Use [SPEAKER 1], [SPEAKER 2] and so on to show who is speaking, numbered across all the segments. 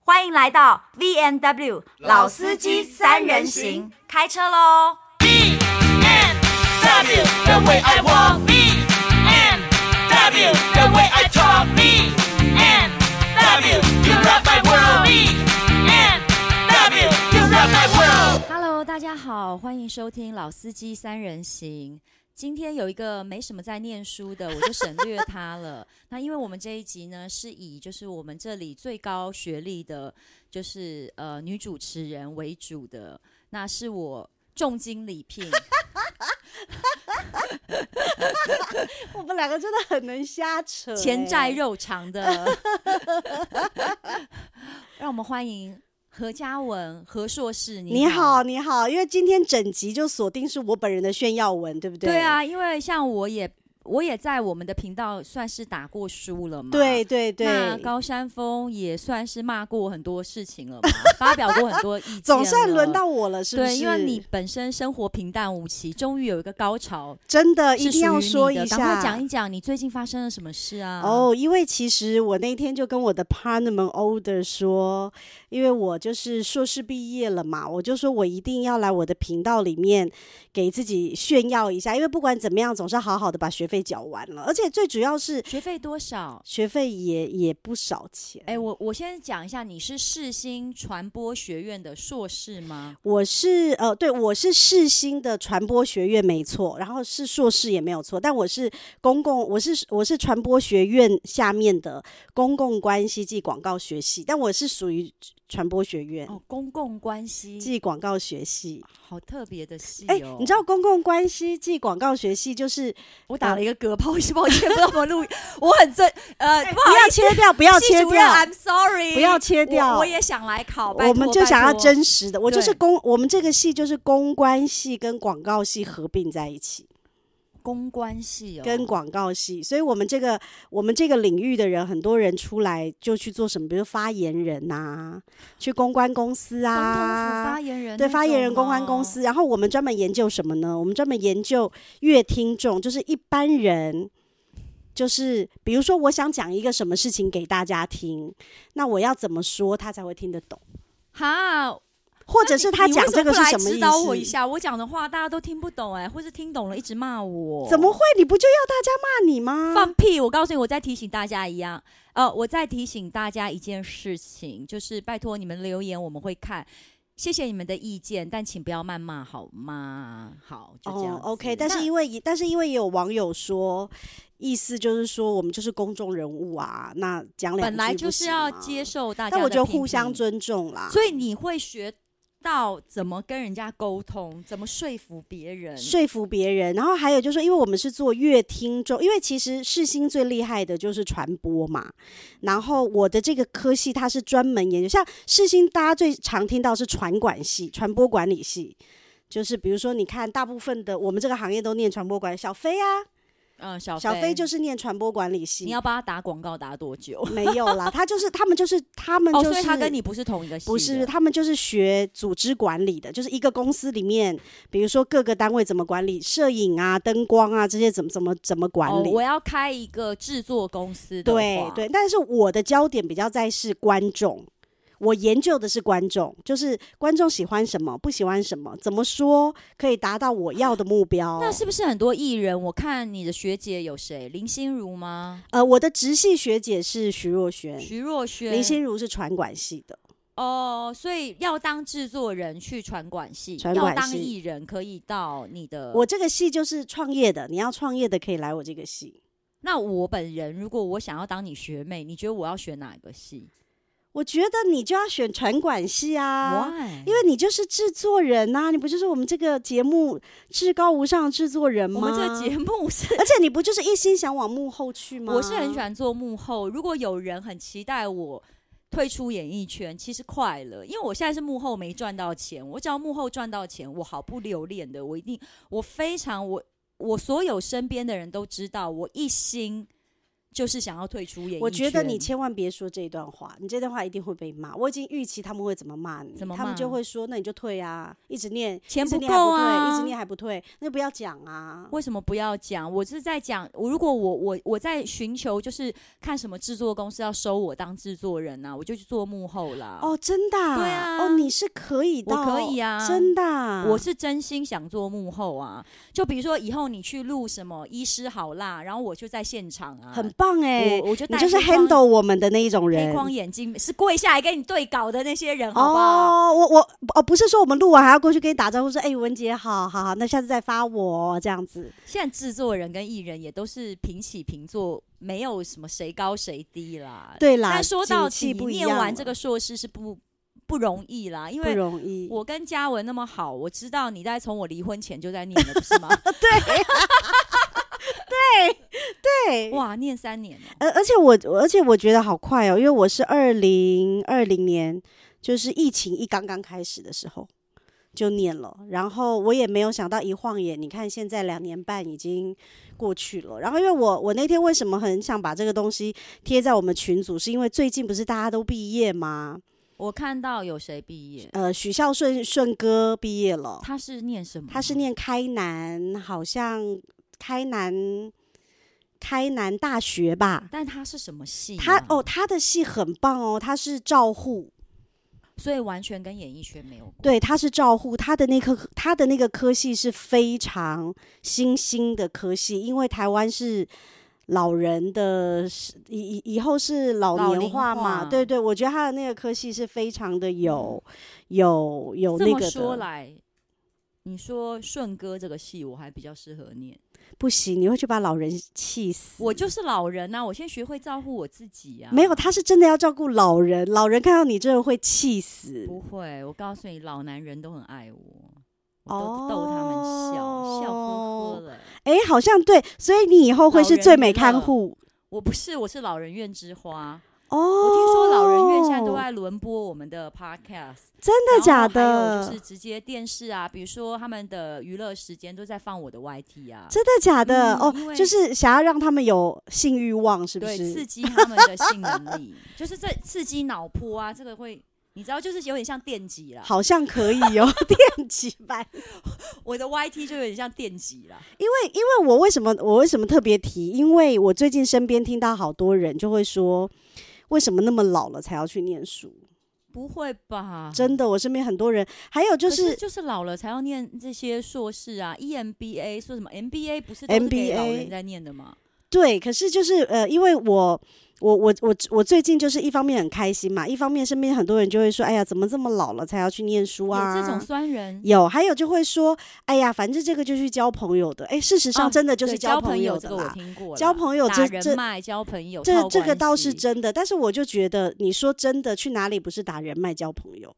[SPEAKER 1] 欢迎来到 V N W 老司机三人行，开车喽！
[SPEAKER 2] B and W, the way I walk. B and W, the way I talk. B and W, you rock my world. B and W, you rock my world.
[SPEAKER 3] Hello，大家好，欢迎收听《老司机三人行》。今天有一个没什么在念书的，我就省略他了。那因为我们这一集呢，是以就是我们这里最高学历的，就是呃女主持人为主的。那是我重金礼聘，
[SPEAKER 4] 我们两个真的很能瞎扯、欸，
[SPEAKER 3] 钱债肉偿 的。让我们欢迎何嘉文何硕士，
[SPEAKER 4] 你好，你好，因为今天整集就锁定是我本人的炫耀文，对不对？
[SPEAKER 3] 对，啊，因为像我也我也在我们的频道算是打过书了嘛。
[SPEAKER 4] 对对
[SPEAKER 3] 那
[SPEAKER 4] 对，
[SPEAKER 3] 高山峰也算是骂过很多事情了嘛， 发表过很多意见了。
[SPEAKER 4] 总算轮到我了，是不是？
[SPEAKER 3] 对，因为你本身生活平淡无奇，终于有一个高潮，
[SPEAKER 4] 真的
[SPEAKER 3] 是
[SPEAKER 4] 呃一
[SPEAKER 3] 属
[SPEAKER 4] 定
[SPEAKER 3] 于
[SPEAKER 4] 要说
[SPEAKER 3] 你
[SPEAKER 4] 一
[SPEAKER 3] 的
[SPEAKER 4] 下，
[SPEAKER 3] 赶快讲一讲你最近发生了什么事啊？
[SPEAKER 4] 哦，因为其实我那天就跟我的 partner 们 order 说，因为我就是硕士毕业了嘛，我就说我一定要来我的频道里面给自己炫耀一下，因为不管怎么样，总是好好的把学费缴完了，而且最主要是
[SPEAKER 3] 学费多少？
[SPEAKER 4] 学费也也不少钱。
[SPEAKER 3] 哎，我我先讲一下，你是世新传播学院的硕士吗？
[SPEAKER 4] 我是呃，对，我是世新的传播学院没错，然后是硕士也没有错，但我是公共，我是我是传播学院下面的公共关系暨广告学系，但我是属于传播学院
[SPEAKER 3] 哦，公共关系，
[SPEAKER 4] 暨广告学系。
[SPEAKER 3] 好特别的系
[SPEAKER 4] 哎、
[SPEAKER 3] 哦。
[SPEAKER 4] 你知道公共关系暨广告学系就是
[SPEAKER 3] 我打了一个嗝，
[SPEAKER 4] 呃
[SPEAKER 3] 抱歉，抱歉，不知道怎么录，我很真，呃，不
[SPEAKER 4] 哎不
[SPEAKER 3] 好
[SPEAKER 4] 要
[SPEAKER 3] 意思，
[SPEAKER 4] 切掉，不要
[SPEAKER 3] 系
[SPEAKER 4] 切
[SPEAKER 3] 主任
[SPEAKER 4] 掉，
[SPEAKER 3] ，I'm sorry，
[SPEAKER 4] 不要切掉
[SPEAKER 3] 我我也想来考，拜
[SPEAKER 4] 我们
[SPEAKER 3] 托
[SPEAKER 4] 就想要。
[SPEAKER 3] 拜托
[SPEAKER 4] 真实的。我就是
[SPEAKER 3] 对
[SPEAKER 4] 公，我们这个系就是公关系跟广告系合并在一起。
[SPEAKER 3] 公关系哦，
[SPEAKER 4] 跟广告系，所以我们这个我们这个领域的人，很多人出来就去做什么，比如发言人呐、去公关公司
[SPEAKER 3] 总统府
[SPEAKER 4] 啊
[SPEAKER 3] 发，言人
[SPEAKER 4] 对，
[SPEAKER 3] 那
[SPEAKER 4] 发言人
[SPEAKER 3] 种
[SPEAKER 4] 公关公
[SPEAKER 3] 哦，
[SPEAKER 4] 司。然后我们专门研究什么呢？我们专门研究乐听众，就是一般人。就是比如说，我想讲一个什么事情给大家听，那我要怎么说他才会听得懂，
[SPEAKER 3] 哦哈，
[SPEAKER 4] 或
[SPEAKER 3] 那
[SPEAKER 4] 者
[SPEAKER 3] 你
[SPEAKER 4] 是他
[SPEAKER 3] 你
[SPEAKER 4] 讲
[SPEAKER 3] 为
[SPEAKER 4] 这个
[SPEAKER 3] 不
[SPEAKER 4] 是
[SPEAKER 3] 来
[SPEAKER 4] 什么
[SPEAKER 3] 指导我
[SPEAKER 4] 意
[SPEAKER 3] 一
[SPEAKER 4] 思？
[SPEAKER 3] 下，我讲的话大家都听不懂哎，或是听懂了一直骂我，
[SPEAKER 4] 怎么会？你不就要大家骂你吗？
[SPEAKER 3] 放屁！我告诉你，我再提醒大家一样，呃，我再提醒大家一件事情，就是拜托你们留言，我们会看。谢谢你们的意见，但请不要谩骂好吗？好，就这样
[SPEAKER 4] 哦
[SPEAKER 3] 子、
[SPEAKER 4] ，OK，但
[SPEAKER 3] 那
[SPEAKER 4] 是因为也但是因为也有网友说，意思就是说我们就是公众人物啊，那讲两
[SPEAKER 3] 本来
[SPEAKER 4] 句不
[SPEAKER 3] 就是
[SPEAKER 4] 行
[SPEAKER 3] 要
[SPEAKER 4] 吗
[SPEAKER 3] 接，受大家的批评，
[SPEAKER 4] 但我觉得互相尊重啦。
[SPEAKER 3] 所以你会学到怎么跟人家沟通，怎么说服别人。
[SPEAKER 4] 说服别人，然后还有就是，因为我们是做乐听众，因为其实世新最厉害的就是传播嘛。然后我的这个科系它是专门研究，像世新大家最常听到是传管系、传播管理系，就是比如说你看大部分的我们这个行业都念传播管理，小飞啊，
[SPEAKER 3] 嗯，小
[SPEAKER 4] 小飞就是是念传播管理系，
[SPEAKER 3] 你要帮他打广告打多久？
[SPEAKER 4] 没有啦，他就是他们就是他们就是、
[SPEAKER 3] 哦，所以他跟你不是同一个系的，
[SPEAKER 4] 不是，他们就是学组织管理的，就是一个公司里面，比如说各个单位怎么管理摄影啊、灯光啊这些怎么怎么怎么管
[SPEAKER 3] 哦，
[SPEAKER 4] 理。
[SPEAKER 3] 我要开一个制作公司的
[SPEAKER 4] 对
[SPEAKER 3] 话
[SPEAKER 4] 对，但是我的焦点比较在是观众。我研究的是观众，就是观众喜欢什么，不喜欢什么，怎么说可以达到我要的目标。
[SPEAKER 3] 那是不是很多艺人？我看你的学姐有谁？林心如吗？
[SPEAKER 4] 呃，我的直系学姐是徐若瑄，
[SPEAKER 3] 徐若瑄？
[SPEAKER 4] 林心如是传管系的。
[SPEAKER 3] 哦，所以要当制作人去传管系，
[SPEAKER 4] 传管
[SPEAKER 3] 要当
[SPEAKER 4] 系
[SPEAKER 3] 艺人可以到你的。
[SPEAKER 4] 我这个系就是创业的，你要创业的可以来我这个系。
[SPEAKER 3] 那我本人如果我想要当你学妹，你觉得我要选哪个系？
[SPEAKER 4] 我觉得你就要选传管系啊。
[SPEAKER 3] Why？
[SPEAKER 4] 因为你就是制作人呐、你不就是我们这个节目至高无上的制作人吗？
[SPEAKER 3] 我们这个节目是，
[SPEAKER 4] 而且你不就是一心想往幕后去吗？
[SPEAKER 3] 我是很喜，欢做幕后。如果有人很期待我退出演艺圈，其实快了，因为我现在是幕后没赚到钱，我只要幕后赚到钱，我毫不留恋的，我一定，我非常我我所有身边的人都知道，我一心就是想要退出演艺圈。
[SPEAKER 4] 我觉得你千万别说这一段话，你这段话一定会被骂。我已经预期他们会怎么骂你，
[SPEAKER 3] 怎么
[SPEAKER 4] 他们
[SPEAKER 3] 骂
[SPEAKER 4] 就会说：“那你就退啊，一直念，
[SPEAKER 3] 钱
[SPEAKER 4] 一直
[SPEAKER 3] 不
[SPEAKER 4] 念还不
[SPEAKER 3] 够啊
[SPEAKER 4] 退一直念还不退，那就不要讲啊。”
[SPEAKER 3] 为什么不要讲？我是在讲，我如果我我我在寻求，就是看什么制作公司要收我当制作人呐、啊，我就去做幕后啦。
[SPEAKER 4] 哦，真的、
[SPEAKER 3] 对啊
[SPEAKER 4] 哦，你是可以
[SPEAKER 3] 我
[SPEAKER 4] 到，
[SPEAKER 3] 可以啊
[SPEAKER 4] 真的、
[SPEAKER 3] 我是真心想做幕后啊，就比如说以后你去录什么《医师好辣》，然后我就在现场啊，
[SPEAKER 4] 很棒哎、
[SPEAKER 3] 我我就
[SPEAKER 4] 你
[SPEAKER 3] 戴
[SPEAKER 4] 就是
[SPEAKER 3] 黑框
[SPEAKER 4] handle 我们的那一种
[SPEAKER 3] 黑
[SPEAKER 4] 人。
[SPEAKER 3] 框眼镜，是跪下来跟你对稿的那些人，好不好？
[SPEAKER 4] 哦，我我哦，不是说我们录完还要过去跟你打招呼说，哎、文杰好，好好，那下次再发我这样子。
[SPEAKER 3] 现在制作人跟艺人也都是平起平坐，没有什么谁高谁低啦。
[SPEAKER 4] 对啦，
[SPEAKER 3] 但说到
[SPEAKER 4] 景气
[SPEAKER 3] 底，
[SPEAKER 4] 不一
[SPEAKER 3] 念
[SPEAKER 4] 样
[SPEAKER 3] 完
[SPEAKER 4] 了
[SPEAKER 3] 这个硕士是不不容易啦，因
[SPEAKER 4] 不
[SPEAKER 3] 为
[SPEAKER 4] 容易，
[SPEAKER 3] 我跟嘉文那么好，我知道你在从我离婚前就在念了，不 是吗？
[SPEAKER 4] 对
[SPEAKER 3] 哇，念三年哦、
[SPEAKER 4] 而而且我而且我觉得好快哦，因为我是二零二零年，就是疫情一刚刚开始的时候就念了，然后我也没有想到一晃眼，你看现在两年半已经过去了。然后因为我我那天为什么很想把这个东西贴在我们群组，是因为最近不是大家都毕业吗？
[SPEAKER 3] 我看到有谁毕业，
[SPEAKER 4] 呃，许孝顺顺哥毕业了，
[SPEAKER 3] 他是念什么？
[SPEAKER 4] 他是念开南，好像开南开南大学吧。
[SPEAKER 3] 但他是什么系、啊
[SPEAKER 4] 他哦，，他的戏很棒哦，他是照护，
[SPEAKER 3] 所以完全跟演艺圈没有关。
[SPEAKER 4] 对，他是照护，他的那科他的那个科系是非常新兴的科系，因为台湾是老人的以以以后是
[SPEAKER 3] 老
[SPEAKER 4] 老年
[SPEAKER 3] 龄
[SPEAKER 4] 化嘛，
[SPEAKER 3] 化
[SPEAKER 4] 对对，我觉得他的那个科系是非常的有有有
[SPEAKER 3] 嗯这
[SPEAKER 4] 那
[SPEAKER 3] 么
[SPEAKER 4] 个
[SPEAKER 3] 说
[SPEAKER 4] 的，
[SPEAKER 3] 来，你说顺哥这个戏，我还比较适合念。
[SPEAKER 4] 不行，你会去把老人气死。
[SPEAKER 3] 我就是老人啊呐、我先学会照顾我自己啊。
[SPEAKER 4] 没有，，他是真的要照顾老人，老人看到你真的会气死。
[SPEAKER 3] 不会。我告诉你，老男人都很爱我，我
[SPEAKER 4] 哦
[SPEAKER 3] 都逗他们笑，笑呵呵了。
[SPEAKER 4] 哎，好像对，所以你以后会
[SPEAKER 3] 老
[SPEAKER 4] 是
[SPEAKER 3] 人
[SPEAKER 4] 最美
[SPEAKER 3] 娱
[SPEAKER 4] 看
[SPEAKER 3] 乐
[SPEAKER 4] 护
[SPEAKER 3] 我不是，我是老人院之花。
[SPEAKER 4] 哦。
[SPEAKER 3] 我
[SPEAKER 4] 我
[SPEAKER 3] 听说老人院现在都在轮播我们的 podcast，
[SPEAKER 4] 真的
[SPEAKER 3] 然后
[SPEAKER 4] 假
[SPEAKER 3] 还
[SPEAKER 4] 的
[SPEAKER 3] 有就？是直接电视啊，比如说他们的娱乐时间都在放我的 YT 啊，
[SPEAKER 4] 真的假的？
[SPEAKER 3] 嗯因
[SPEAKER 4] 哦，
[SPEAKER 3] 为
[SPEAKER 4] 就是想要让他们有性欲望，是不
[SPEAKER 3] 对，刺
[SPEAKER 4] 是？
[SPEAKER 3] 激他们的性能力，就是这刺激脑波啊，这个会。你知道，就是有点像电击啦。
[SPEAKER 4] 好像可以哦， 电击版。
[SPEAKER 3] 我的 YT 就有点像电击啦。
[SPEAKER 4] 因为因为我为什么我为什么特别提？因为我最近身边听到好多人就会说，为什么那么老了才要去念书？
[SPEAKER 3] 不会吧？
[SPEAKER 4] 真的，我身边很多人，还有就
[SPEAKER 3] 可
[SPEAKER 4] 是
[SPEAKER 3] 就是老了才要念这些硕士啊，EMBA 说什么 MBA 不是都是给
[SPEAKER 4] MBA
[SPEAKER 3] 老人在念的吗？
[SPEAKER 4] 对，可是就是呃，因为我我我我我最近就是一方面很开心嘛，一方面身边很多人就会说，哎呀，怎么这么老了才要去念书啊？
[SPEAKER 3] 有这种酸人，
[SPEAKER 4] 有，还有就会说，哎呀，反正这个就去交朋友的。哎，事实上
[SPEAKER 3] 哦
[SPEAKER 4] 真的就是
[SPEAKER 3] 对交
[SPEAKER 4] 朋
[SPEAKER 3] 友这个
[SPEAKER 4] 的
[SPEAKER 3] 我
[SPEAKER 4] 啦。
[SPEAKER 3] 听过啦，
[SPEAKER 4] 交朋友
[SPEAKER 3] 打
[SPEAKER 4] 这这
[SPEAKER 3] 人脉交朋友，
[SPEAKER 4] 这
[SPEAKER 3] 套
[SPEAKER 4] 这个
[SPEAKER 3] 关
[SPEAKER 4] 倒是
[SPEAKER 3] 系
[SPEAKER 4] 真的，但是我就觉得，你说真的，去哪里不是打人脉交朋友？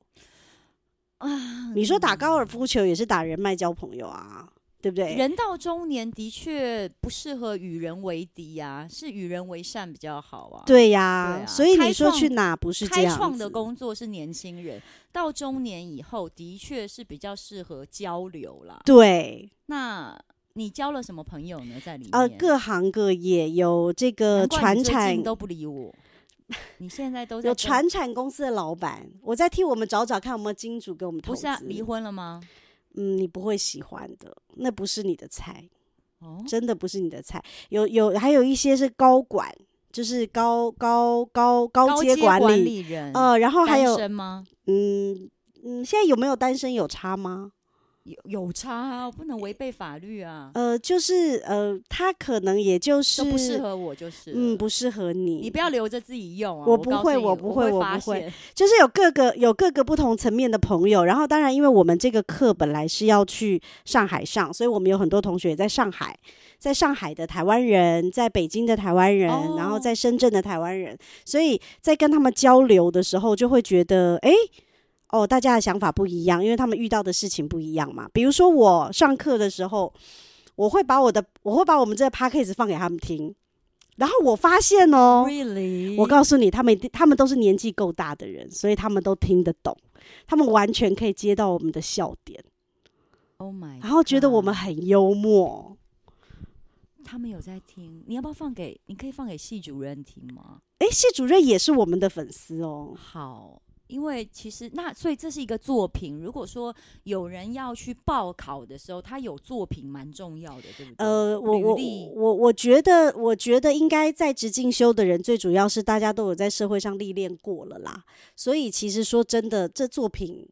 [SPEAKER 3] 啊
[SPEAKER 4] 你说打高尔夫球也是打人脉交朋友啊，对不对？
[SPEAKER 3] 人到中年的确不适合与人为敌啊，是与人为善比较好啊。。
[SPEAKER 4] 对呀、
[SPEAKER 3] 对啊
[SPEAKER 4] 所以
[SPEAKER 3] 开
[SPEAKER 4] 你说
[SPEAKER 3] 创
[SPEAKER 4] 去哪不是这
[SPEAKER 3] 开
[SPEAKER 4] 样
[SPEAKER 3] 创的
[SPEAKER 4] 子
[SPEAKER 3] 工作是年轻人，到中年以后的确是比较适合交流啦。
[SPEAKER 4] 对，
[SPEAKER 3] 那你交了什么朋友呢？在里面？
[SPEAKER 4] 呃，各行各业有这个
[SPEAKER 3] 难怪
[SPEAKER 4] 传
[SPEAKER 3] 你最
[SPEAKER 4] 产
[SPEAKER 3] 近，都不理我，你现在都在
[SPEAKER 4] 有
[SPEAKER 3] 跟
[SPEAKER 4] 传产公司的老板，我在替我们找找看有没有金主给我们投
[SPEAKER 3] 不
[SPEAKER 4] 资。
[SPEAKER 3] 是、啊、离婚了吗？
[SPEAKER 4] 嗯，你不会喜欢的，那不是你的菜，
[SPEAKER 3] 哦，
[SPEAKER 4] 真的不是你的菜。有有，还有一些是高管，就是高高高高阶
[SPEAKER 3] 阶管
[SPEAKER 4] 理，
[SPEAKER 3] 人，
[SPEAKER 4] 呃，然后还
[SPEAKER 3] 单
[SPEAKER 4] 有
[SPEAKER 3] 身吗？
[SPEAKER 4] 嗯嗯，现在有没有单身有差吗？
[SPEAKER 3] 有有差啊，不能违背法律啊，
[SPEAKER 4] 呃，就是呃，他可能也就是
[SPEAKER 3] 都不适，合我就是了。
[SPEAKER 4] 嗯，不适合你，
[SPEAKER 3] 你不要留着自己用啊！
[SPEAKER 4] 我
[SPEAKER 3] 我
[SPEAKER 4] 不
[SPEAKER 3] 告诉
[SPEAKER 4] 会
[SPEAKER 3] 你
[SPEAKER 4] 我
[SPEAKER 3] 我
[SPEAKER 4] 不会我
[SPEAKER 3] 发
[SPEAKER 4] 不会
[SPEAKER 3] 现。
[SPEAKER 4] 就是有各个有各个不同层面的朋友，然后当然，因为我们这个课本来是要去上海上，所以我们有很多同学也在上海，在上海的台湾人，在北京的台湾人，
[SPEAKER 3] 哦
[SPEAKER 4] 然后在深圳的台湾人，所以在跟他们交流的时候，就会觉得，诶，哦，大家的想法不一样，因为他们遇到的事情不一样嘛。比如说我上课的时候，我会把我的我会把我们这个 p a c k a g e 放给他们听，然后我发现哦
[SPEAKER 3] Really？
[SPEAKER 4] 我告诉你，他们一定他们都是年纪够大的人，所以他们都听得懂，他们完全可以接到我们的笑点，
[SPEAKER 3] Oh my，
[SPEAKER 4] 然后觉得我们
[SPEAKER 3] God
[SPEAKER 4] 很幽默。
[SPEAKER 3] 他们有在听，你要不要放给？你可以放给系主任听吗？
[SPEAKER 4] 哎，谢主任也是我们的粉丝哦。
[SPEAKER 3] 好，因为其实那所以这是一个作品。如果说有人要去报考的时候，他有作品蛮重要的，对不对？
[SPEAKER 4] 呃，我
[SPEAKER 3] 履
[SPEAKER 4] 我
[SPEAKER 3] 历
[SPEAKER 4] 我我觉得，我觉得应该在职进修的人，最主要是大家都有在社会上历练过了啦。所以其实说真的，这作品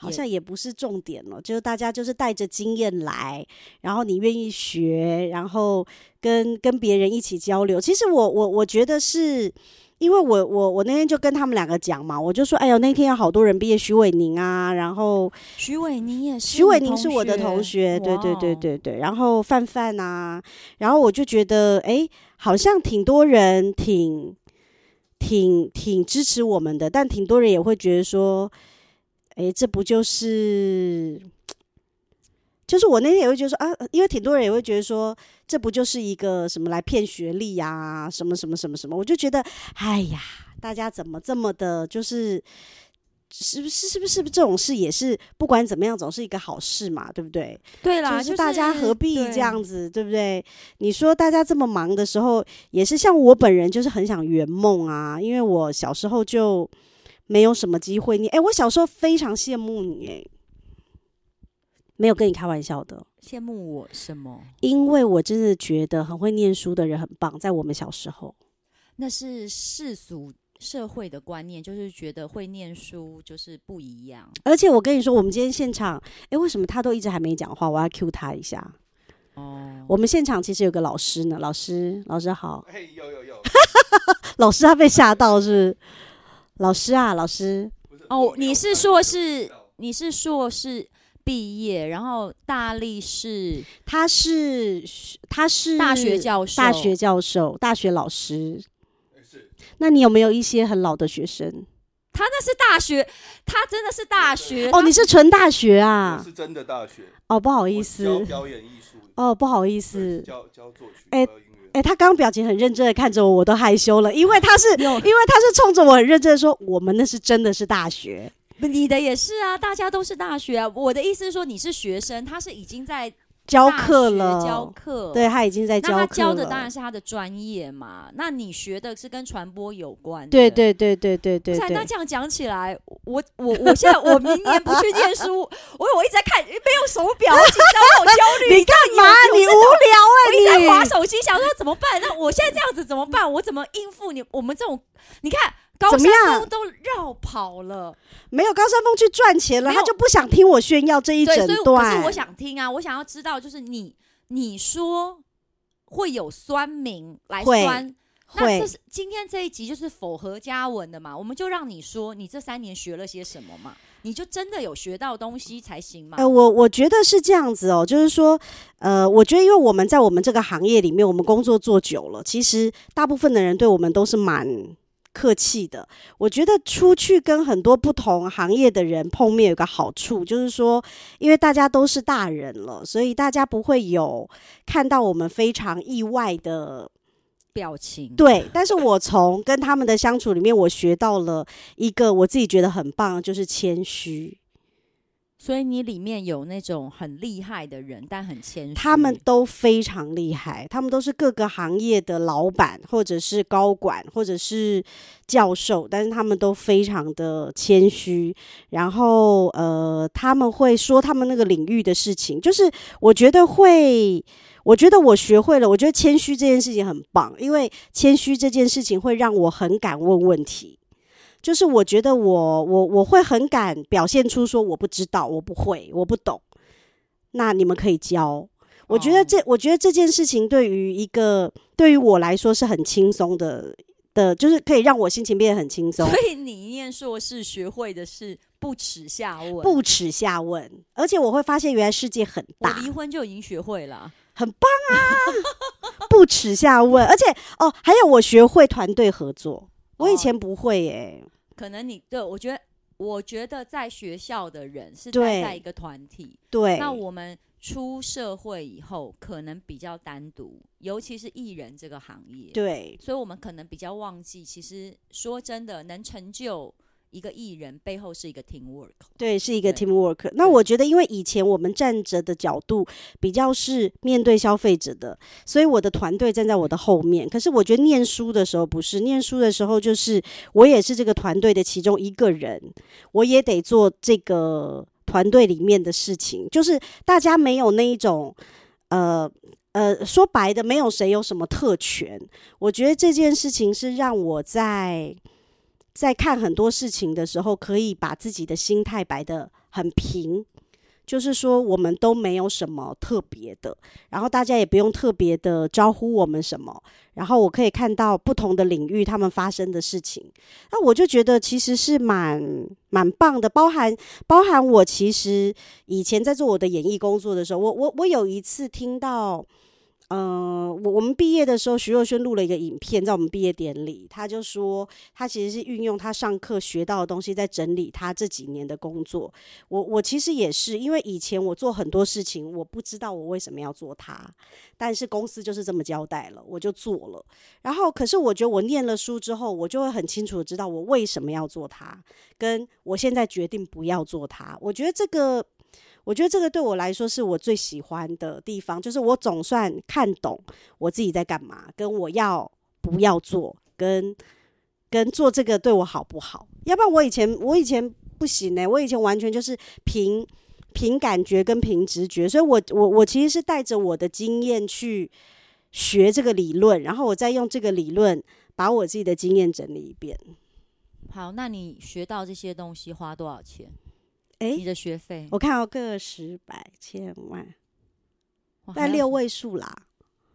[SPEAKER 4] 好
[SPEAKER 3] 也
[SPEAKER 4] 像也不是重点了，就是大家就是带着经验来，然后你愿意学，然后跟跟别人一起交流。其实我我我觉得是。因为我我我那天就跟他们两个讲嘛，我就说，哎呦，那天有好多人毕业，徐伟宁啊，然后
[SPEAKER 3] 徐伟宁也是，
[SPEAKER 4] 徐伟宁是我的同学，对对对。对对。然后范范啊，然后我就觉得，哎，好像挺多人挺挺挺支持我们的，但挺多人也会觉得说，哎，这不就是？就是我那天也会觉得说啊，因为挺多人也会觉得说，这不就是一个什么来骗学历呀、什么什么什么什么，我就觉得，哎呀，大家怎么这么的，就是是不是是不是是不是这种事也是不管怎么样总是一个好事嘛，对不对？
[SPEAKER 3] 对啦，
[SPEAKER 4] 就是是大家何必
[SPEAKER 3] 对
[SPEAKER 4] 这样子，对不对？你说大家这么忙的时候，也是像我本人就是很想圆梦啊，因为我小时候就没有什么机会。你哎，我小时候非常羡慕你哎，没有跟你开玩笑的，
[SPEAKER 3] 羡慕我什么？
[SPEAKER 4] 因为我真的觉得很会念书的人很棒，在我们小时候。
[SPEAKER 3] 那是世俗社会的观念，就是觉得会念书就是不一样。
[SPEAKER 4] 而且我跟你说，我们今天现场，哎，为什么他都一直还没讲话？我要 Q 他一下。
[SPEAKER 3] 哦，
[SPEAKER 4] 我们现场其实有个老师呢，老师，老师好，
[SPEAKER 2] 哎，有有 有，
[SPEAKER 4] 老师他被吓到是不是，老师啊，老师，
[SPEAKER 3] 哦，你是硕士，你是硕士毕业，然后大力士
[SPEAKER 4] 他是他是
[SPEAKER 3] 大学教授，
[SPEAKER 4] 大学教授，大学老师。
[SPEAKER 2] 是
[SPEAKER 4] 那你有没有一些很老的学生？
[SPEAKER 3] 他那是大学，他真的是大学
[SPEAKER 4] 哦，你是纯大学
[SPEAKER 2] 我
[SPEAKER 4] 啊？
[SPEAKER 2] 是真的大学，
[SPEAKER 4] 哦，不好
[SPEAKER 2] 不
[SPEAKER 4] 意思，
[SPEAKER 2] 表演艺术，
[SPEAKER 4] 哦，不好意
[SPEAKER 2] 对
[SPEAKER 4] 思。
[SPEAKER 2] 教教作曲，
[SPEAKER 4] 哎
[SPEAKER 2] 教音乐，
[SPEAKER 4] 哎，他刚刚表情很认真的看着我，我都害羞了，因为他是，因
[SPEAKER 3] 有
[SPEAKER 4] 为他是冲着我很认真的说，我们那是真的是大学，
[SPEAKER 3] 你的也是啊，大家都是大学啊。我的意思是说，你是学生，他是已经在
[SPEAKER 4] 教
[SPEAKER 3] 大
[SPEAKER 4] 课
[SPEAKER 3] 学
[SPEAKER 4] 了，
[SPEAKER 3] 教课
[SPEAKER 4] 对他已经在
[SPEAKER 3] 那他
[SPEAKER 4] 课
[SPEAKER 3] 教的
[SPEAKER 4] 了
[SPEAKER 3] 当然是他的专业嘛，那你学的是跟传播有关的。
[SPEAKER 4] 对对对对对对
[SPEAKER 3] 不是，那
[SPEAKER 4] 对。
[SPEAKER 3] 这样讲起来，我我我现在我明年不去念书， 我我一直在看，没有手 表，我紧张，我好焦虑。
[SPEAKER 4] 你干嘛？你无
[SPEAKER 3] 我一直在
[SPEAKER 4] 聊
[SPEAKER 3] 划
[SPEAKER 4] 哎、
[SPEAKER 3] 手机，想说怎么办？那我现在这样子怎么办？我怎么应付你？我们这种，你看高
[SPEAKER 4] 怎么
[SPEAKER 3] 山
[SPEAKER 4] 样
[SPEAKER 3] 峰都绕跑了，
[SPEAKER 4] 你没有高山峰去赚钱了，
[SPEAKER 3] 没有
[SPEAKER 4] 他就不想听我炫耀这一整
[SPEAKER 3] 对，所以我可
[SPEAKER 4] 段。
[SPEAKER 3] 是我想听啊，我想要知道，就是你你说会有酸民来
[SPEAKER 4] 会
[SPEAKER 3] 酸。那
[SPEAKER 4] 会
[SPEAKER 3] 这是今天这一集就是否何嘉文的嘛？我们就让你说你这三年学了些什么嘛？你就真的有学到东西才行嘛？
[SPEAKER 4] 呃，我我觉得是这样子哦，就是说，呃，我觉得因为我们在我们这个行业里面，我们工作做久了，其实大部分的人对我们都是蛮客气的。我觉得出去跟很多不同行业的人碰面有个好处，就是说，因为大家都是大人了，所以大家不会有看到我们非常意外的
[SPEAKER 3] 表情，
[SPEAKER 4] 对，但是我从跟他们的相处里面，我学到了一个我自己觉得很棒的，就是谦虚。
[SPEAKER 3] 所以你里面有那种很厉害的人，但很谦虚。
[SPEAKER 4] 他们都非常厉害，他们都是各个行业的老板，或者是高管，或者是教授，但是他们都非常的谦虚。然后呃，他们会说他们那个领域的事情，就是我觉得会。我觉得我学会了，我觉得谦虚这件事情很棒，因为谦虚这件事情会让我很敢问问题。就是我觉得我我我会很敢表现出说我不知道，我不会，我不懂，那你们可以教。我觉得这，我觉得这件事情对于一个对于我来说是很轻松的的，就是可以让我心情变得很轻松
[SPEAKER 3] 所，以你念硕士学会的是不耻下问。
[SPEAKER 4] 不耻下问，而且我会发现原来世界很
[SPEAKER 3] 我
[SPEAKER 4] 大。
[SPEAKER 3] 离婚就已经学会了。
[SPEAKER 4] 很棒啊，不耻下问。而且哦，还有我学会团队合作，我以
[SPEAKER 3] 哦
[SPEAKER 4] 前不会耶、
[SPEAKER 3] 可能你对我觉得，我觉得在学校的人是待
[SPEAKER 4] 对
[SPEAKER 3] 在一个团体，
[SPEAKER 4] 对，
[SPEAKER 3] 那我们出社会以后可能比较单独，尤其是艺人这个行业，
[SPEAKER 4] 对
[SPEAKER 3] 所以我们可能比较忘记，其实说真的，能成就一个艺人背后是一个 teamwork。
[SPEAKER 4] 对，是一个
[SPEAKER 3] 对
[SPEAKER 4] teamwork。那
[SPEAKER 3] 对
[SPEAKER 4] 我觉得，因为以前我们站着的角度比较是面对消费者的，所以我的团队站在我的后面。可是我觉得念书的时候不是，念书的时候就是我也是这个团队的其中一个人，我也得做这个团队里面的事情。就是大家没有那一种，呃呃，说白的，没有谁有什么特权。我觉得这件事情是让我在在看很多事情的时候，可以把自己的心态摆得很平，就是说我们都没有什么特别的，然后大家也不用特别的招呼我们什么，然后我可以看到不同的领域他们发生的事情，那我就觉得其实是蛮蛮棒的，包含包含我其实以前在做我的演艺工作的时候，我我我有一次听到。嗯、我我们毕业的时候，徐若瑄录了一个影片，在我们毕业典礼，她就说他其实是运用他上课学到的东西，在整理他这几年的工作。我我其实也是，因为以前我做很多事情，我不知道我为什么要做它，但是公司就是这么交代了，我就做了。然后，可是我觉得我念了书之后，我就会很清楚的知道我为什么要做它，跟我现在决定不要做它。我觉得这个。我觉得这个对我来说是我最喜欢的地方，就是我总算看懂我自己在干嘛，跟我要不要做，跟跟做这个对我好不好？要不然我以前我以前不行呢、我以前完全就是凭凭感觉跟凭直觉，所以我我我其实是带着我的经验去学这个理论，然后我再用这个理论把我自己的经验整理一遍。
[SPEAKER 3] 好，那你学到这些东西花多少钱？
[SPEAKER 4] 诶，哦
[SPEAKER 3] 你的学费
[SPEAKER 4] 我看到个十百千万，
[SPEAKER 3] 哇哦
[SPEAKER 4] 大概
[SPEAKER 3] 还要
[SPEAKER 4] 六位数啦，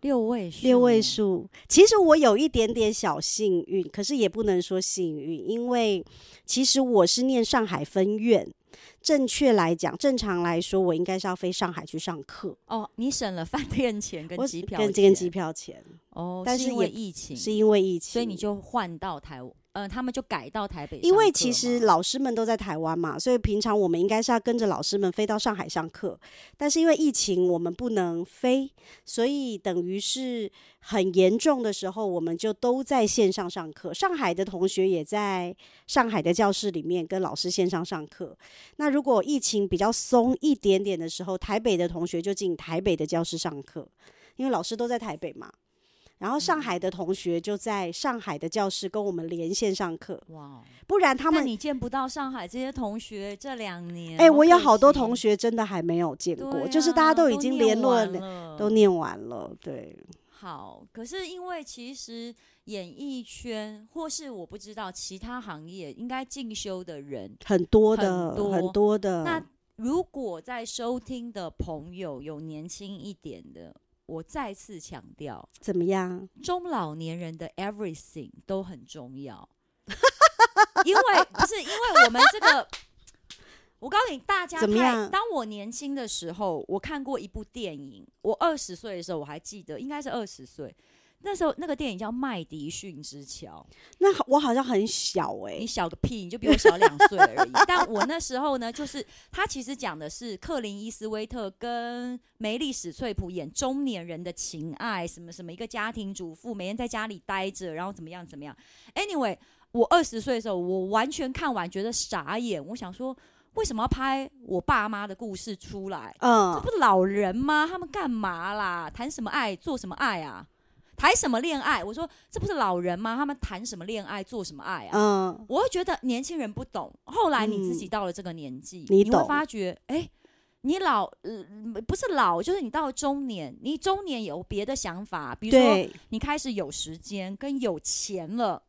[SPEAKER 3] 六位数哦
[SPEAKER 4] 六位
[SPEAKER 3] 耶，
[SPEAKER 4] 数。其实我有一点点小幸运，可是也不能说幸运，因为其实我是念上海分院。正确来讲，正常来说，我应该是要飞上海去上课，
[SPEAKER 3] 哦，你省了饭店钱跟
[SPEAKER 4] 我
[SPEAKER 3] 机票
[SPEAKER 4] 跟
[SPEAKER 3] 钱，
[SPEAKER 4] 跟机票钱，
[SPEAKER 3] 哦，
[SPEAKER 4] 但
[SPEAKER 3] 是
[SPEAKER 4] 是
[SPEAKER 3] 因为
[SPEAKER 4] 也
[SPEAKER 3] 疫情，
[SPEAKER 4] 是因为疫情，
[SPEAKER 3] 所以你就换到台，呃，他们就改到台北上课嘛，
[SPEAKER 4] 因为其实老师们都在台湾嘛，所以平常我们应该是要跟着老师们飞到上海上课，但是因为疫情我们不能飞，所以等于是很严重的时候，我们就都在线上上课。上海的同学也在上海的教室里面跟老师线上上课。那如果疫情比较松一点点的时候，台北的同学就进台北的教室上课，因为老师都在台北嘛。然后
[SPEAKER 3] 嗯
[SPEAKER 4] 上海的同学就在上海的教室跟我们连线上课，
[SPEAKER 3] 哇哦，
[SPEAKER 4] 不然他
[SPEAKER 3] 他
[SPEAKER 4] 们
[SPEAKER 3] 你见不到上海这些同学这两年，
[SPEAKER 4] 哎、我有好多
[SPEAKER 3] 可惜
[SPEAKER 4] 同，学真的还没有见
[SPEAKER 3] 对
[SPEAKER 4] 过，就是大
[SPEAKER 3] 啊
[SPEAKER 4] 家
[SPEAKER 3] 都
[SPEAKER 4] 都已经联络
[SPEAKER 3] 念完了，
[SPEAKER 4] 都念完了，对，
[SPEAKER 3] 好，可是因为其实演艺圈，或是我不知道其他行业，应该进修的人，
[SPEAKER 4] 很多
[SPEAKER 3] 很
[SPEAKER 4] 的，很多
[SPEAKER 3] 多
[SPEAKER 4] 的。
[SPEAKER 3] 那如果在收听的朋友有年轻一点的，我再次强调，
[SPEAKER 4] 怎么样？
[SPEAKER 3] 中老年人的 everything 都很重要， 因为不是因为我们这个。 我告诉你，大家
[SPEAKER 4] 怎么
[SPEAKER 3] 太
[SPEAKER 4] 样
[SPEAKER 3] 当我年轻的时候，我看过一部电影。我二十岁的时候，我还记得，应该是二十岁。那时候那个电影叫《麦迪逊之桥》，
[SPEAKER 4] 那好我好像很小哎、
[SPEAKER 3] 你小个屁，你就比我小两岁而已。但我那时候呢，就是他其实讲的是克林伊斯威特跟梅丽史翠普演中年人的情爱，什么什么一个家庭主妇，每天在家里待着，然后怎么样怎么样。Anyway，我二十岁的时候，我完全看完觉得傻眼，我想说为什么要拍我爸妈的故事出来？这
[SPEAKER 4] 嗯，
[SPEAKER 3] 不老人吗？他们干嘛啦？谈什么爱？做什么爱啊？谈什么恋爱？我说这不是老人吗？他们谈什么恋爱？做什么爱啊？
[SPEAKER 4] 嗯，
[SPEAKER 3] 我会觉得年轻人不懂。后来你自己
[SPEAKER 4] 嗯
[SPEAKER 3] 到了这个年纪，
[SPEAKER 4] 你
[SPEAKER 3] 会
[SPEAKER 4] 懂
[SPEAKER 3] 发觉，哎、你老、呃、不是老，就是你到了中年，你中年有别的想法，比如说
[SPEAKER 4] 对，
[SPEAKER 3] 你开始有时间跟有钱了，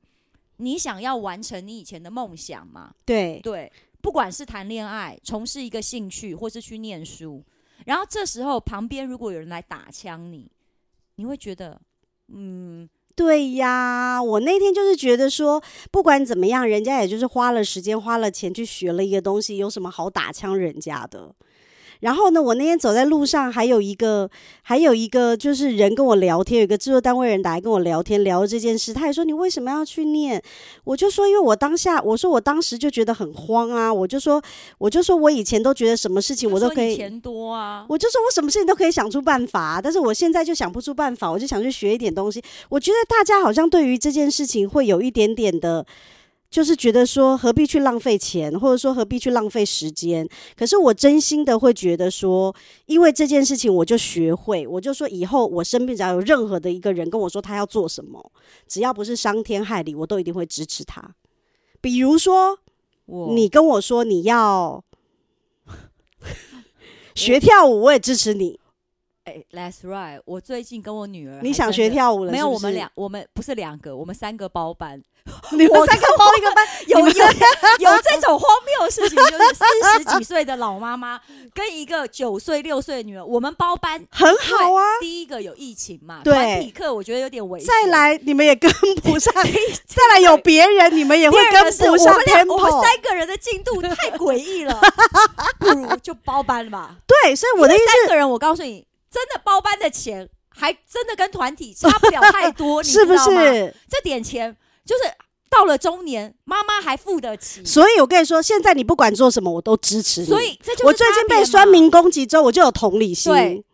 [SPEAKER 3] 你想要完成你以前的梦想嘛？
[SPEAKER 4] 对，
[SPEAKER 3] 对，不管是谈恋爱、从事一个兴趣，或是去念书，然后这时候旁边如果有人来打枪你，你会觉得，嗯，
[SPEAKER 4] 对呀，我那天就是觉得说，不管怎么样，人家也就是花了时间、花了钱去学了一个东西，有什么好打枪人家的？然后呢，我那天走在路上，还有一个，还有一个就是人跟我聊天，有一个制作单位人打来跟我聊天，聊这件事，他也说你为什么要去念？我就说因为我当下，我说我当时就觉得很慌啊，我就说，我就说我以前都觉得什么事情我
[SPEAKER 3] 他
[SPEAKER 4] 都
[SPEAKER 3] 说
[SPEAKER 4] 可
[SPEAKER 3] 你
[SPEAKER 4] 以，
[SPEAKER 3] 钱多啊，
[SPEAKER 4] 我就说我什么事情都可以想出办法、啊，但是我现在就想不出办法，我就想去学一点东西。我觉得大家好像对于这件事情会有一点点的，就是觉得说何必去浪费钱，或者说何必去浪费时间。可是我真心的会觉得说，因为这件事情我就学会，我就说以后我身边只要有任何的一个人跟我说他要做什么，只要不是伤天害理，我都一定会支持他。比如说，
[SPEAKER 3] 我
[SPEAKER 4] 你跟我说你要 学跳舞，我也支持你。
[SPEAKER 3] 哎，That's right，我最近跟我女儿，
[SPEAKER 4] 你想学？跳舞了？
[SPEAKER 3] 没有，
[SPEAKER 4] 是不
[SPEAKER 3] 我们
[SPEAKER 4] 是
[SPEAKER 3] 两，我们不是两个，我们三个包办。
[SPEAKER 4] 你们
[SPEAKER 3] 我
[SPEAKER 4] 三个包一个班，
[SPEAKER 3] 有
[SPEAKER 4] 你
[SPEAKER 3] 有
[SPEAKER 4] 们
[SPEAKER 3] 有这种荒谬的事情，就是四十几岁的老妈妈跟一个九岁六岁的女儿，我们包班。
[SPEAKER 4] 很好啊。
[SPEAKER 3] 第一个有疫情嘛，
[SPEAKER 4] 对
[SPEAKER 3] 团体课我觉得有点危险。
[SPEAKER 4] 再来，你们也跟不 上；再来有别人，你们也
[SPEAKER 3] 第
[SPEAKER 4] 会
[SPEAKER 3] 二
[SPEAKER 4] 跟
[SPEAKER 3] 个是
[SPEAKER 4] 不上
[SPEAKER 3] 我们俩我们
[SPEAKER 4] tempo。
[SPEAKER 3] 三个人的进度太诡异了，不如就包班吧。
[SPEAKER 4] 对，所以我的意思
[SPEAKER 3] 三个人，我告诉你，真的包班的钱还真的跟团体差不了太多，你
[SPEAKER 4] 是
[SPEAKER 3] 知
[SPEAKER 4] 不
[SPEAKER 3] 道吗？
[SPEAKER 4] 是？
[SPEAKER 3] 这点钱就是到了中年，妈妈还付得起，
[SPEAKER 4] 所以我跟你说，现在你不管做什么，我都支持你。
[SPEAKER 3] 所以这就是
[SPEAKER 4] 我最近被酸
[SPEAKER 3] 民。
[SPEAKER 4] 民攻击之后，我就有同理心
[SPEAKER 3] 对。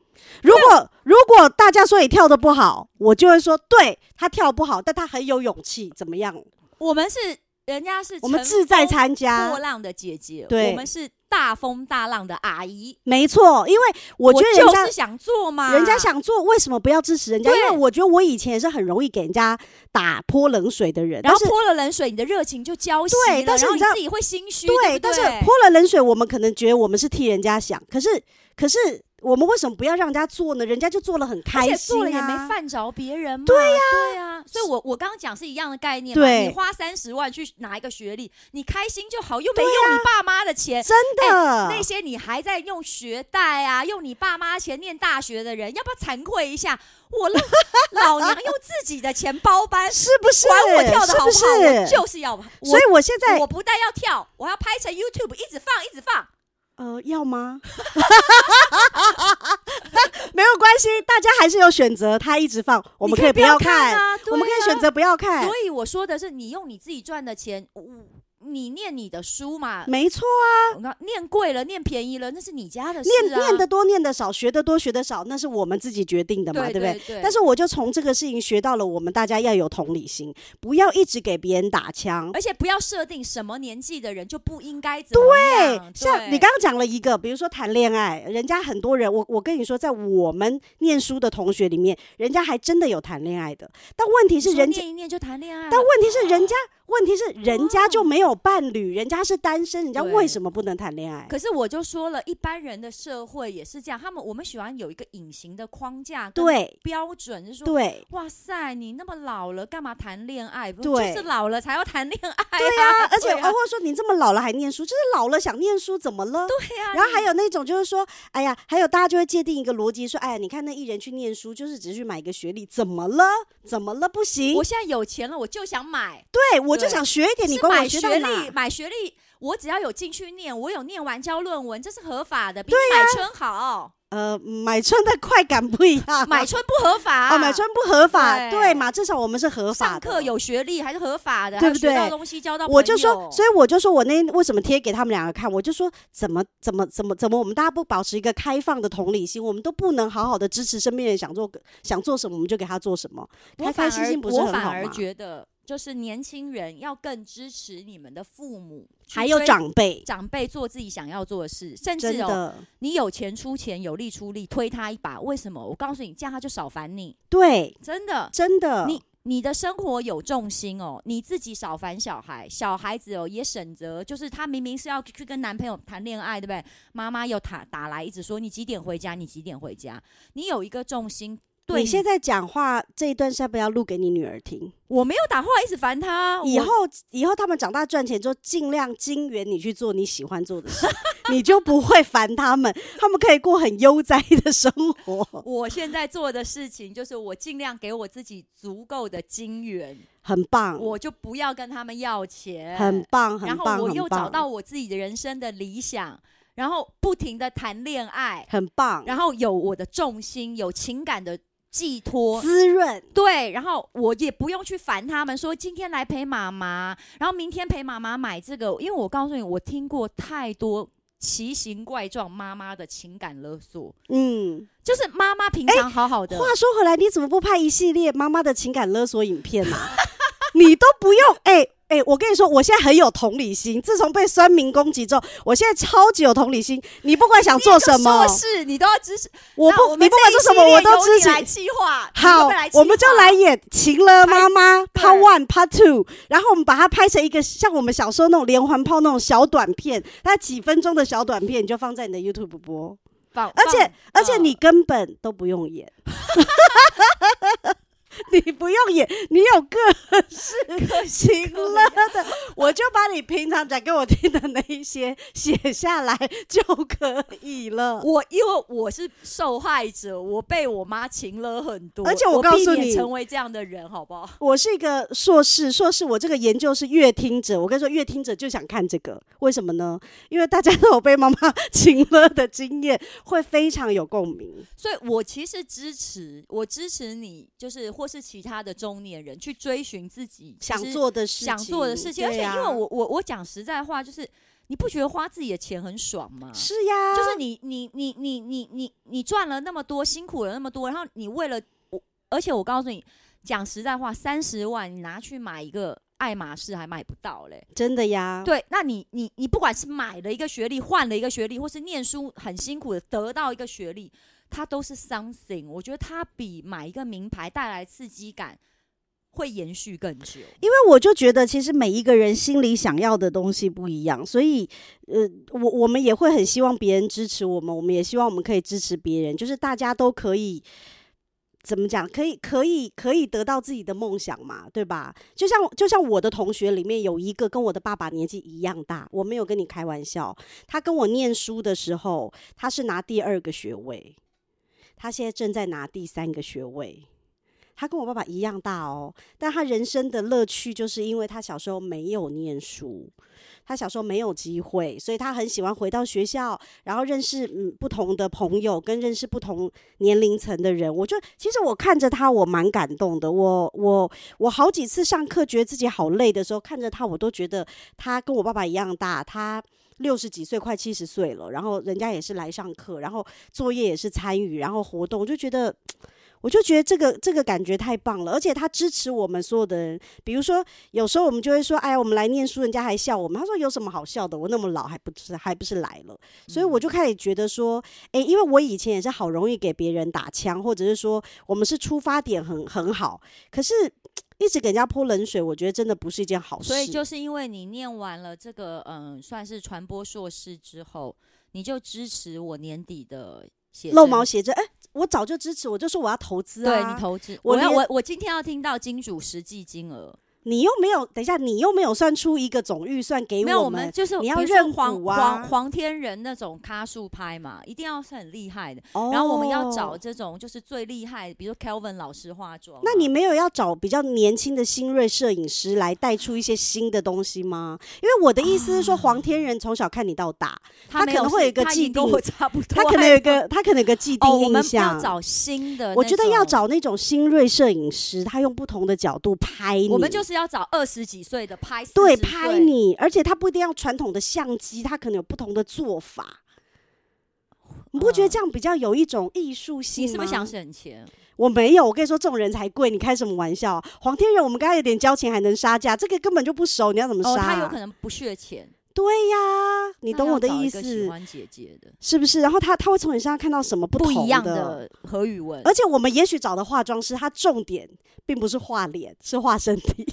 [SPEAKER 4] 如果如果大家说你跳的不好，我就会说，对他跳不好，但他很有勇气，怎么样？
[SPEAKER 3] 我们是人家是
[SPEAKER 4] 我们
[SPEAKER 3] 乘
[SPEAKER 4] 志在
[SPEAKER 3] 风
[SPEAKER 4] 参
[SPEAKER 3] 破
[SPEAKER 4] 加，
[SPEAKER 3] 浪的姐姐，
[SPEAKER 4] 对
[SPEAKER 3] 我们是大风大浪的阿姨。
[SPEAKER 4] 没错。因为
[SPEAKER 3] 我
[SPEAKER 4] 我觉得人
[SPEAKER 3] 就
[SPEAKER 4] 家
[SPEAKER 3] 是想做嘛，
[SPEAKER 4] 人家想做，为什么不要支持人家？因
[SPEAKER 3] 对
[SPEAKER 4] 为我觉得我以前也是很容易给人家打泼冷水的人，
[SPEAKER 3] 然
[SPEAKER 4] 但
[SPEAKER 3] 后
[SPEAKER 4] 是
[SPEAKER 3] 泼了冷水，你的热情就浇熄
[SPEAKER 4] 对
[SPEAKER 3] 了
[SPEAKER 4] 但是
[SPEAKER 3] 然后你
[SPEAKER 4] 你知道
[SPEAKER 3] 自己会心虚，
[SPEAKER 4] 对，
[SPEAKER 3] 不
[SPEAKER 4] 但是泼了冷水，我们可能觉得我们是替人家想，可是可是我们为什么不要让人家做呢？人家就做了很
[SPEAKER 3] 而
[SPEAKER 4] 开
[SPEAKER 3] 且
[SPEAKER 4] 心、啊，
[SPEAKER 3] 做了也没犯着别人嘛，对呀、对呀、所以我我刚刚讲是一样的概念嘛，
[SPEAKER 4] 对
[SPEAKER 3] 你花三十万去拿一个学历，你开心就好，又没用你爸妈的钱。
[SPEAKER 4] 真的、
[SPEAKER 3] 哎那些你还在用学贷啊，用你爸妈钱念大学的人，要不要惭愧一下？我 老老娘用自己的钱包班，
[SPEAKER 4] 是不是？
[SPEAKER 3] 管我跳的好不好，
[SPEAKER 4] 是不是
[SPEAKER 3] 我就是要。我
[SPEAKER 4] 所以我现在
[SPEAKER 3] 我不但要跳，我还要拍成 YouTube 一直放一直放。
[SPEAKER 4] 呃，要吗？ 没有关系，大家还是有选择。他一直放，我们
[SPEAKER 3] 你可以
[SPEAKER 4] 以
[SPEAKER 3] 不
[SPEAKER 4] 不要
[SPEAKER 3] 要看啊对
[SPEAKER 4] 我们可以
[SPEAKER 3] 啊
[SPEAKER 4] 选择不要看
[SPEAKER 3] 所，以我说的是，你用你自己赚的钱，我你念你的书嘛，
[SPEAKER 4] 没错。啊
[SPEAKER 3] 我刚念贵了，念便宜了，那是你家的事、啊。
[SPEAKER 4] 念念的多，念的少，学的多，学的少，那是我们自己决定的嘛，
[SPEAKER 3] 对
[SPEAKER 4] 不对？
[SPEAKER 3] 对对
[SPEAKER 4] 但是我就从这个事情学到了，我们大家要有同理心，不要一直给别人打枪。
[SPEAKER 3] 而且不要设定什么年纪的人就不应该怎么样。哎对，
[SPEAKER 4] 哎像你刚刚讲了一个，比如说谈恋爱，人家很多人，我我跟你说，在我们念书的同学里面，人家还真的有谈恋爱的，但问题
[SPEAKER 3] 你
[SPEAKER 4] 是
[SPEAKER 3] 说
[SPEAKER 4] 人家
[SPEAKER 3] 念一念就谈恋爱了，
[SPEAKER 4] 但问题是，人家问题是人家
[SPEAKER 3] 哦
[SPEAKER 4] 就没有伴侣，人家是单身，人家
[SPEAKER 3] 对
[SPEAKER 4] 为什么不能谈恋爱？
[SPEAKER 3] 可是我就说了，一般人的社会也是这样，他们我们喜欢有一个隐形的框架跟
[SPEAKER 4] 对
[SPEAKER 3] 标准，就是说。
[SPEAKER 4] 对
[SPEAKER 3] 哇塞，你那么老了，干嘛谈恋爱？不
[SPEAKER 4] 对
[SPEAKER 3] 就是老了才要谈恋爱、啊。
[SPEAKER 4] 对呀、而且
[SPEAKER 3] 对
[SPEAKER 4] 啊或者说你这么老了还念书，就是老了想念书怎么了？
[SPEAKER 3] 对啊呀、
[SPEAKER 4] 然后还
[SPEAKER 3] 你
[SPEAKER 4] 有那种就是说，哎呀，还有大家就会界定一个逻辑，说，哎呀，你看那艺人去念书，就是只是去买一个学历，怎么了？怎么了？不行
[SPEAKER 3] 我？现在有钱了，我就想买。
[SPEAKER 4] 对，我就
[SPEAKER 3] 对
[SPEAKER 4] 想学一点，你
[SPEAKER 3] 是
[SPEAKER 4] 管我
[SPEAKER 3] 买
[SPEAKER 4] 学
[SPEAKER 3] 学
[SPEAKER 4] 到
[SPEAKER 3] 历，
[SPEAKER 4] 哪？
[SPEAKER 3] 买学历，我只要有进去念，我有念完交论文，这是合法的，比你买春好。
[SPEAKER 4] 呃，买春的快感不一样，
[SPEAKER 3] 买春不合法、
[SPEAKER 4] 啊，买春不合法，
[SPEAKER 3] 对
[SPEAKER 4] 对嘛？至少我们是合法
[SPEAKER 3] 上
[SPEAKER 4] 的。
[SPEAKER 3] 课有学历还是合法的，
[SPEAKER 4] 对
[SPEAKER 3] 还
[SPEAKER 4] 不
[SPEAKER 3] 有
[SPEAKER 4] 对
[SPEAKER 3] 学到东西，交到
[SPEAKER 4] 我就说
[SPEAKER 3] 朋，友
[SPEAKER 4] 所以我就说我那天为什么贴给他们两个看，我就说怎么怎么怎么怎么，我们大家不保持一个开放的同理心，我们都不能好好的支持身边人想做想做什么，我们就给他做什么，
[SPEAKER 3] 我
[SPEAKER 4] 开
[SPEAKER 3] 反
[SPEAKER 4] 开心
[SPEAKER 3] 而
[SPEAKER 4] 心不是
[SPEAKER 3] 我
[SPEAKER 4] 很
[SPEAKER 3] 反
[SPEAKER 4] 好
[SPEAKER 3] 而
[SPEAKER 4] 吗？
[SPEAKER 3] 觉得，就是年轻人要更支持你们的父母，去
[SPEAKER 4] 还有
[SPEAKER 3] 追
[SPEAKER 4] 长辈，
[SPEAKER 3] 长辈做自己想要做的事，甚
[SPEAKER 4] 真
[SPEAKER 3] 至哦，
[SPEAKER 4] 的
[SPEAKER 3] 你有钱出钱，有力出力，推他一把。为什么？我告诉你，这样他就少烦你，
[SPEAKER 4] 对，
[SPEAKER 3] 真的。
[SPEAKER 4] 真的，
[SPEAKER 3] 你你的生活有重心哦，你自己少烦小孩，小孩子哦也省着，就是他明明是要去跟男朋友谈恋爱，对不对？妈妈又打打来，一直说你几点回家，你几点回家，你有一个重心。对
[SPEAKER 4] 你现在讲话这一段是要不要录给你女儿听？
[SPEAKER 3] 我没有打话一直烦他，啊
[SPEAKER 4] 以
[SPEAKER 3] 我
[SPEAKER 4] 后以后他们长大赚钱之后，尽量金元你去做你喜欢做的事，你就不会烦他们，他们可以过很悠哉的生活，
[SPEAKER 3] 我现在做的事情就是，我尽量给我自己足够的金源，
[SPEAKER 4] 很棒。
[SPEAKER 3] 我就不要跟他们要钱，
[SPEAKER 4] 嗯很棒，很
[SPEAKER 3] 然
[SPEAKER 4] 棒，
[SPEAKER 3] 后我
[SPEAKER 4] 很
[SPEAKER 3] 又
[SPEAKER 4] 棒
[SPEAKER 3] 找到我自己的人生的理想，然后不停的谈恋爱，
[SPEAKER 4] 很棒，
[SPEAKER 3] 然后有我的重心，有情感的寄托。
[SPEAKER 4] 滋润，
[SPEAKER 3] 对，然后我也不用去烦他们说今天来陪妈妈，然后明天陪妈妈买这个，因为我告诉你，我听过太多奇形怪状妈妈的情感勒索，
[SPEAKER 4] 嗯。
[SPEAKER 3] 就是妈妈平常好好的，
[SPEAKER 4] 话说啊 回来，你怎么不拍一系列妈妈的情感勒索影片呢、你都不用哎、哎、我跟你说，我现在很有同理心。自从被酸民攻击之后，我现在超级有同理心。你不管想做什么，
[SPEAKER 3] 是你都要支持。
[SPEAKER 4] 我
[SPEAKER 3] 那
[SPEAKER 4] 不，
[SPEAKER 3] 们
[SPEAKER 4] 你不管
[SPEAKER 3] 这一
[SPEAKER 4] 做什么，
[SPEAKER 3] 系列
[SPEAKER 4] 我都
[SPEAKER 3] 由
[SPEAKER 4] 支
[SPEAKER 3] 你
[SPEAKER 4] 持。
[SPEAKER 3] 来计划。你
[SPEAKER 4] 好
[SPEAKER 3] 会来，计
[SPEAKER 4] 我们就
[SPEAKER 3] 划
[SPEAKER 4] 来演《情了妈妈》
[SPEAKER 3] 拍
[SPEAKER 4] Part One、Part Two，然后我们把它拍成一个像我们小时候那种连环炮那种小短片，它几分钟的小短片，你就放在你的 YouTube 播，
[SPEAKER 3] 棒，
[SPEAKER 4] 而且
[SPEAKER 3] 棒
[SPEAKER 4] 而且
[SPEAKER 3] 嗯
[SPEAKER 4] 你根本都不用演。 你不用演，你有个
[SPEAKER 3] 可行了，
[SPEAKER 4] 我就把你平常讲给我听的那一些写下来就可以了。
[SPEAKER 3] 我因为我是受害者，我被我妈情了很多，
[SPEAKER 4] 而且我
[SPEAKER 3] 我
[SPEAKER 4] 告
[SPEAKER 3] 避
[SPEAKER 4] 诉
[SPEAKER 3] 免
[SPEAKER 4] 你
[SPEAKER 3] 成为这样的人，好不好？
[SPEAKER 4] 我是一个硕士，硕士我这个研究是乐听者。我跟你说，乐听者就想看这个，为什么呢？因为大家都有被妈妈请了的经验，会非常有共鸣。
[SPEAKER 3] 所以，我其实支持，我支持你，就是或是其他的中年人去追寻自己其
[SPEAKER 4] 想
[SPEAKER 3] 实
[SPEAKER 4] 做的事情，
[SPEAKER 3] 想做的事情。而且，
[SPEAKER 4] 对啊
[SPEAKER 3] 因为我我我讲实在话，就是你不觉得花自己的钱很爽吗？
[SPEAKER 4] 是呀，
[SPEAKER 3] 就是你你你你你你你赚了那么多，辛苦了那么多，然后你为了我，而且我告诉你，讲实在话，三十万你拿去买一个爱马仕还买不到嘞。
[SPEAKER 4] 真的呀。
[SPEAKER 3] 对，那你你你不管是买了一个学历，换了一个学历，或是念书很辛苦的得到一个学历，它都是 something。我觉得它比买一个名牌带来刺激感会延续更久。
[SPEAKER 4] 因为我就觉得，其实每一个人心里想要的东西不一样，所以，呃，我我们也会很希望别人支持我们，我们也希望我们可以支持别人，就是大家都可以怎么讲，可以可以可以得到自己的梦想嘛，对吧？就像就像我的同学里面有一个跟我的爸爸年纪一样大，我没有跟你开玩笑，他跟我念书的时候，他是拿第二个学位，他现在正在拿第三个学位。他跟我爸爸一样大哦，但他人生的乐趣就是因为他小时候没有念书，他小时候没有机会，所以他很喜欢回到学校，然后认识嗯不同的朋友，跟认识不同年龄层的人。我就其实我看着他，我蛮感动的。我我我好几次上课觉得自己好累的时候，看着他，我都觉得他跟我爸爸一样大，他。六十几岁，快七十岁了，然后人家也是来上课，然后作业也是参与，然后活动，我就觉得我就觉得这个这个感觉太棒了，而且他支持我们所有的人。比如说，有时候我们就会说：“哎，我们来念书，人家还笑我们。”他说：“有什么好笑的？我那么老，还不是还不是来了？”所以我就开始觉得说：“哎，因为我以前也是好容易给别人打枪，或者是说我们是出发点很很好，可是一直给人家泼冷水，我觉得真的不哦是一件好事。”
[SPEAKER 3] 所以就是因为你念完了这个嗯，算是传播硕士之后，你就支持我年底的写
[SPEAKER 4] 漏
[SPEAKER 3] 真
[SPEAKER 4] 毛写着：“哎，我早就支持，我就说我要投资啊。”
[SPEAKER 3] 对你投资，
[SPEAKER 4] 我
[SPEAKER 3] 我要
[SPEAKER 4] 连
[SPEAKER 3] 我我今天要听到金主实际金额，
[SPEAKER 4] 你又没有等一下，你又没有算出一个总预算给
[SPEAKER 3] 没有，
[SPEAKER 4] 我
[SPEAKER 3] 我们就是
[SPEAKER 4] 你要
[SPEAKER 3] 比如说
[SPEAKER 4] 认
[SPEAKER 3] 黄
[SPEAKER 4] 股啊
[SPEAKER 3] 黄黄天仁那种咖数拍嘛，一定要是很厉害的。然后我们要找
[SPEAKER 4] 哦
[SPEAKER 3] 这种就是最厉害，比如说 Kelvin 老师化妆啊。
[SPEAKER 4] 那你没有要找比较年轻的新锐摄影师来带出一些新的东西吗？因为我的意思是说，黄天仁从小看你 到大，他
[SPEAKER 3] 他没
[SPEAKER 4] 可能
[SPEAKER 3] 是
[SPEAKER 4] 会有一个
[SPEAKER 3] 他已
[SPEAKER 4] 既
[SPEAKER 3] 经跟
[SPEAKER 4] 定
[SPEAKER 3] 我差不多
[SPEAKER 4] 他
[SPEAKER 3] 还没，
[SPEAKER 4] 可能有 一个他可能有个既
[SPEAKER 3] 哦，
[SPEAKER 4] 定
[SPEAKER 3] 我
[SPEAKER 4] 印
[SPEAKER 3] 们
[SPEAKER 4] 象。
[SPEAKER 3] 要找新的，
[SPEAKER 4] 我觉得要。找那种新锐摄影师，他用不同的角度拍你，
[SPEAKER 3] 我们就是要找二十几岁的拍，
[SPEAKER 4] 对
[SPEAKER 3] 40
[SPEAKER 4] 拍
[SPEAKER 3] 岁，
[SPEAKER 4] 你，而且他不一定要传统的相机，他可能有不同的做法。你不觉得
[SPEAKER 3] 嗯
[SPEAKER 4] 这样比较有一种艺术性
[SPEAKER 3] 你
[SPEAKER 4] 吗？
[SPEAKER 3] 是不是想省钱？
[SPEAKER 4] 我没有，我跟你说，这种人才贵，你开什么玩笑、啊黄天仁，我们刚才有点交情，还能杀价，这个根本就不熟，你要怎么杀、
[SPEAKER 3] 哦，他有可能不屑钱，
[SPEAKER 4] 对呀、你
[SPEAKER 3] 那
[SPEAKER 4] 懂
[SPEAKER 3] 要
[SPEAKER 4] 我的
[SPEAKER 3] 找一
[SPEAKER 4] 意
[SPEAKER 3] 个喜
[SPEAKER 4] 思
[SPEAKER 3] 欢姐姐的
[SPEAKER 4] 是不是？然后他他会从你身上看到什么不
[SPEAKER 3] 不
[SPEAKER 4] 同
[SPEAKER 3] 一样的何宇文，
[SPEAKER 4] 而且我们也许找的化妆师，他重点并不是画脸，是画身 体，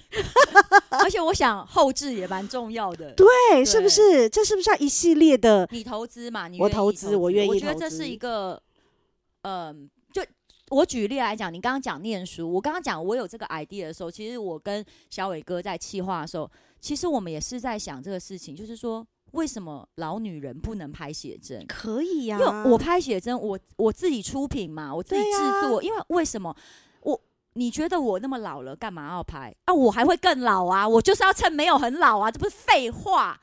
[SPEAKER 3] 而且我想后置也蛮重要的。
[SPEAKER 4] 对，是不是？这是不是要一系列的？
[SPEAKER 3] 你投资嘛，你愿
[SPEAKER 4] 我
[SPEAKER 3] 意
[SPEAKER 4] 投
[SPEAKER 3] 投
[SPEAKER 4] 资我愿意
[SPEAKER 3] 我觉得
[SPEAKER 4] 投
[SPEAKER 3] 这
[SPEAKER 4] 资
[SPEAKER 3] 是一个，嗯、就我举例来讲，你刚刚讲念书，我刚刚讲我有这个 idea 的时候，其实我跟小伟哥在企划的时候，其实我们也是在想这个事情，就是说为什么老女人不能拍写真？
[SPEAKER 4] 可以呀、
[SPEAKER 3] 因为我拍写真，我我自己出品嘛，我自己
[SPEAKER 4] 啊对啊呀
[SPEAKER 3] 制作。因为为什么我你觉得我那么老了，干嘛要拍啊？我还会更老啊！我就是要趁没有很老啊，这不是废话。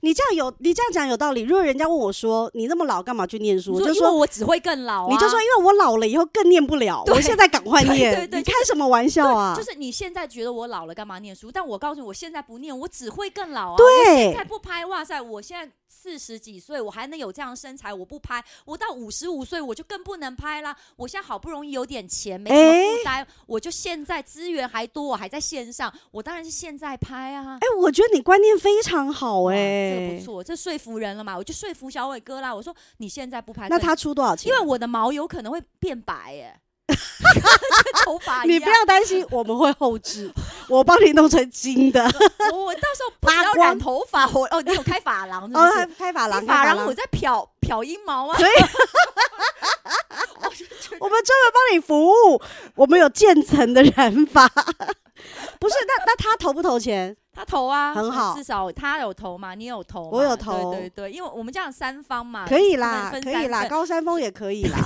[SPEAKER 4] 你这样有，你这样讲有道理。如果人家问我说你那么老干嘛去念书，我
[SPEAKER 3] 你
[SPEAKER 4] 就
[SPEAKER 3] 因为
[SPEAKER 4] 说
[SPEAKER 3] 我只会更老、啊，
[SPEAKER 4] 你就说因为我老了以后更念不了，
[SPEAKER 3] 对
[SPEAKER 4] 我现在赶快念，
[SPEAKER 3] 对对对
[SPEAKER 4] 你
[SPEAKER 3] 就
[SPEAKER 4] 开
[SPEAKER 3] 是
[SPEAKER 4] 什么玩笑啊？
[SPEAKER 3] 就是你现在觉得我老了，干嘛念书？但我告诉你，我现在不念，我只会更老啊！我
[SPEAKER 4] 对
[SPEAKER 3] 现在不拍，哇塞！我现在四十几岁，我还能有这样的身材，我不拍，我到五十五岁我就更不能拍啦。我现在好不容易有点钱，没什么负担，我就现在资源还多，我还在线上，我当然是现在拍啊！
[SPEAKER 4] 哎、我觉得你观念非常好
[SPEAKER 3] 哇
[SPEAKER 4] 哎、
[SPEAKER 3] 这个不错，这说服人了嘛？我就说服小伟哥啦，我说你现在不拍，
[SPEAKER 4] 那
[SPEAKER 3] 更
[SPEAKER 4] 他出多少钱？
[SPEAKER 3] 因为我的毛有可能会变白 耶、跟头发啊一
[SPEAKER 4] 你
[SPEAKER 3] 样，
[SPEAKER 4] 不要担心，我们会后 置，我帮你弄成 金的。
[SPEAKER 3] 我我到时候不只
[SPEAKER 4] 拔
[SPEAKER 3] 要
[SPEAKER 4] 光
[SPEAKER 3] 染头发，我哦，你有开发廊是不
[SPEAKER 4] 哦，还
[SPEAKER 3] 是？
[SPEAKER 4] 开发廊，
[SPEAKER 3] 你
[SPEAKER 4] 开
[SPEAKER 3] 发
[SPEAKER 4] 发
[SPEAKER 3] 廊
[SPEAKER 4] 廊，
[SPEAKER 3] 我在漂漂阴毛啊，
[SPEAKER 4] 我们专门帮你服务，我们有渐层的染发。 不是，那那他投不投钱？
[SPEAKER 3] 他投啊，
[SPEAKER 4] 很好
[SPEAKER 3] 至少他有投嘛，你有投嘛，
[SPEAKER 4] 我有投
[SPEAKER 3] 对对对，因为我们这样三方嘛，
[SPEAKER 4] 可以啦，
[SPEAKER 3] 不能
[SPEAKER 4] 可
[SPEAKER 3] 啊分
[SPEAKER 4] 以啦，
[SPEAKER 3] 三份，
[SPEAKER 4] 高山峰也可以啦。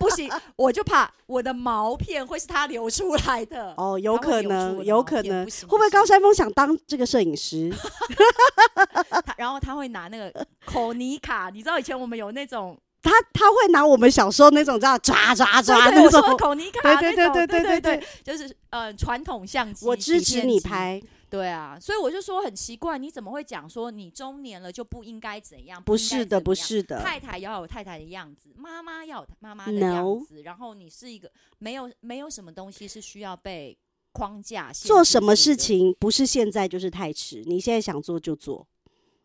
[SPEAKER 3] 不行，我就怕我的毛片会是他流出来的，
[SPEAKER 4] 哦，有
[SPEAKER 3] 他会
[SPEAKER 4] 可
[SPEAKER 3] 留住我
[SPEAKER 4] 能，
[SPEAKER 3] 的
[SPEAKER 4] 有
[SPEAKER 3] 毛
[SPEAKER 4] 可
[SPEAKER 3] 片
[SPEAKER 4] 能，
[SPEAKER 3] 不行
[SPEAKER 4] 会不会
[SPEAKER 3] 不行
[SPEAKER 4] 高山峰想当这个摄影师？
[SPEAKER 3] 他然后他会拿那个口尼卡，你知道以前我们有那种，
[SPEAKER 4] 他他会拿我们小时候那种这样抓抓抓
[SPEAKER 3] 对对
[SPEAKER 4] 那
[SPEAKER 3] 我说
[SPEAKER 4] 种。
[SPEAKER 3] 的口尼卡
[SPEAKER 4] 对
[SPEAKER 3] 那
[SPEAKER 4] 对
[SPEAKER 3] 种，对
[SPEAKER 4] 对对对对
[SPEAKER 3] 对
[SPEAKER 4] 对，，
[SPEAKER 3] 就是呃传统相机，
[SPEAKER 4] 我支
[SPEAKER 3] 底
[SPEAKER 4] 持
[SPEAKER 3] 片
[SPEAKER 4] 你
[SPEAKER 3] 机
[SPEAKER 4] 拍，
[SPEAKER 3] 对啊，所以我就说很奇怪，你怎么会讲说你中年了就不应该怎样？应
[SPEAKER 4] 不
[SPEAKER 3] 该
[SPEAKER 4] 是
[SPEAKER 3] 怎
[SPEAKER 4] 的，
[SPEAKER 3] 么
[SPEAKER 4] 不
[SPEAKER 3] 样。
[SPEAKER 4] 是的。
[SPEAKER 3] 太太要有太太的样子，妈妈要有妈妈的样
[SPEAKER 4] No
[SPEAKER 3] 子然后你是一个没有没有什么东西是需要被框架限
[SPEAKER 4] 做
[SPEAKER 3] 制
[SPEAKER 4] 什么
[SPEAKER 3] 住
[SPEAKER 4] 事
[SPEAKER 3] 的，
[SPEAKER 4] 情不是现在就是太迟，你现在想做就做，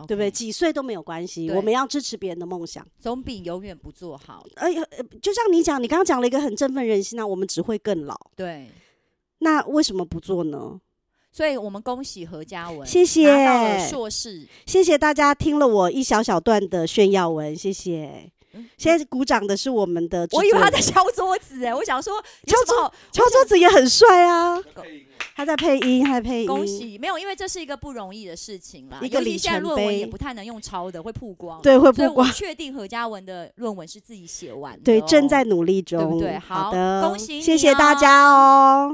[SPEAKER 4] 对不对？
[SPEAKER 3] OK，
[SPEAKER 4] 几岁都没有关系，
[SPEAKER 3] 对
[SPEAKER 4] 我们要支持别人的梦想。
[SPEAKER 3] 总比永远不做 好。
[SPEAKER 4] 哎呀，呃就像你讲，你刚刚讲了一个很振奋人心那我们只会更老。
[SPEAKER 3] 对，
[SPEAKER 4] 那为什么不做呢？
[SPEAKER 3] 所以我们恭喜何嘉文，
[SPEAKER 4] 谢谢
[SPEAKER 3] 拿到了硕士，
[SPEAKER 4] 谢谢大家听了我一小小段的炫耀文，谢谢
[SPEAKER 3] 嗯。
[SPEAKER 4] 现在鼓掌的是我们的制作
[SPEAKER 3] 我
[SPEAKER 4] 人，
[SPEAKER 3] 以为他在敲桌子哎，我想说有
[SPEAKER 4] 敲
[SPEAKER 3] 什么好
[SPEAKER 4] 敲桌子也很帅啊，
[SPEAKER 2] 配音
[SPEAKER 4] 他在配音，他在配音。
[SPEAKER 3] 恭！喜，没有，因为这是一个不容易的事情啦。
[SPEAKER 4] 一个
[SPEAKER 3] 尤其
[SPEAKER 4] 里
[SPEAKER 3] 现在
[SPEAKER 4] 程
[SPEAKER 3] 论文
[SPEAKER 4] 碑
[SPEAKER 3] 也不太能用抄的，会曝光。，
[SPEAKER 4] 对，会
[SPEAKER 3] 所以
[SPEAKER 4] 不
[SPEAKER 3] 我
[SPEAKER 4] 光
[SPEAKER 3] 确定何嘉文的论文是自己写完的、哦
[SPEAKER 4] 对，正在。努力中，
[SPEAKER 3] 对不对好
[SPEAKER 4] 好的，
[SPEAKER 3] 恭喜你啊
[SPEAKER 4] 谢谢大
[SPEAKER 3] 哦
[SPEAKER 4] 家哦。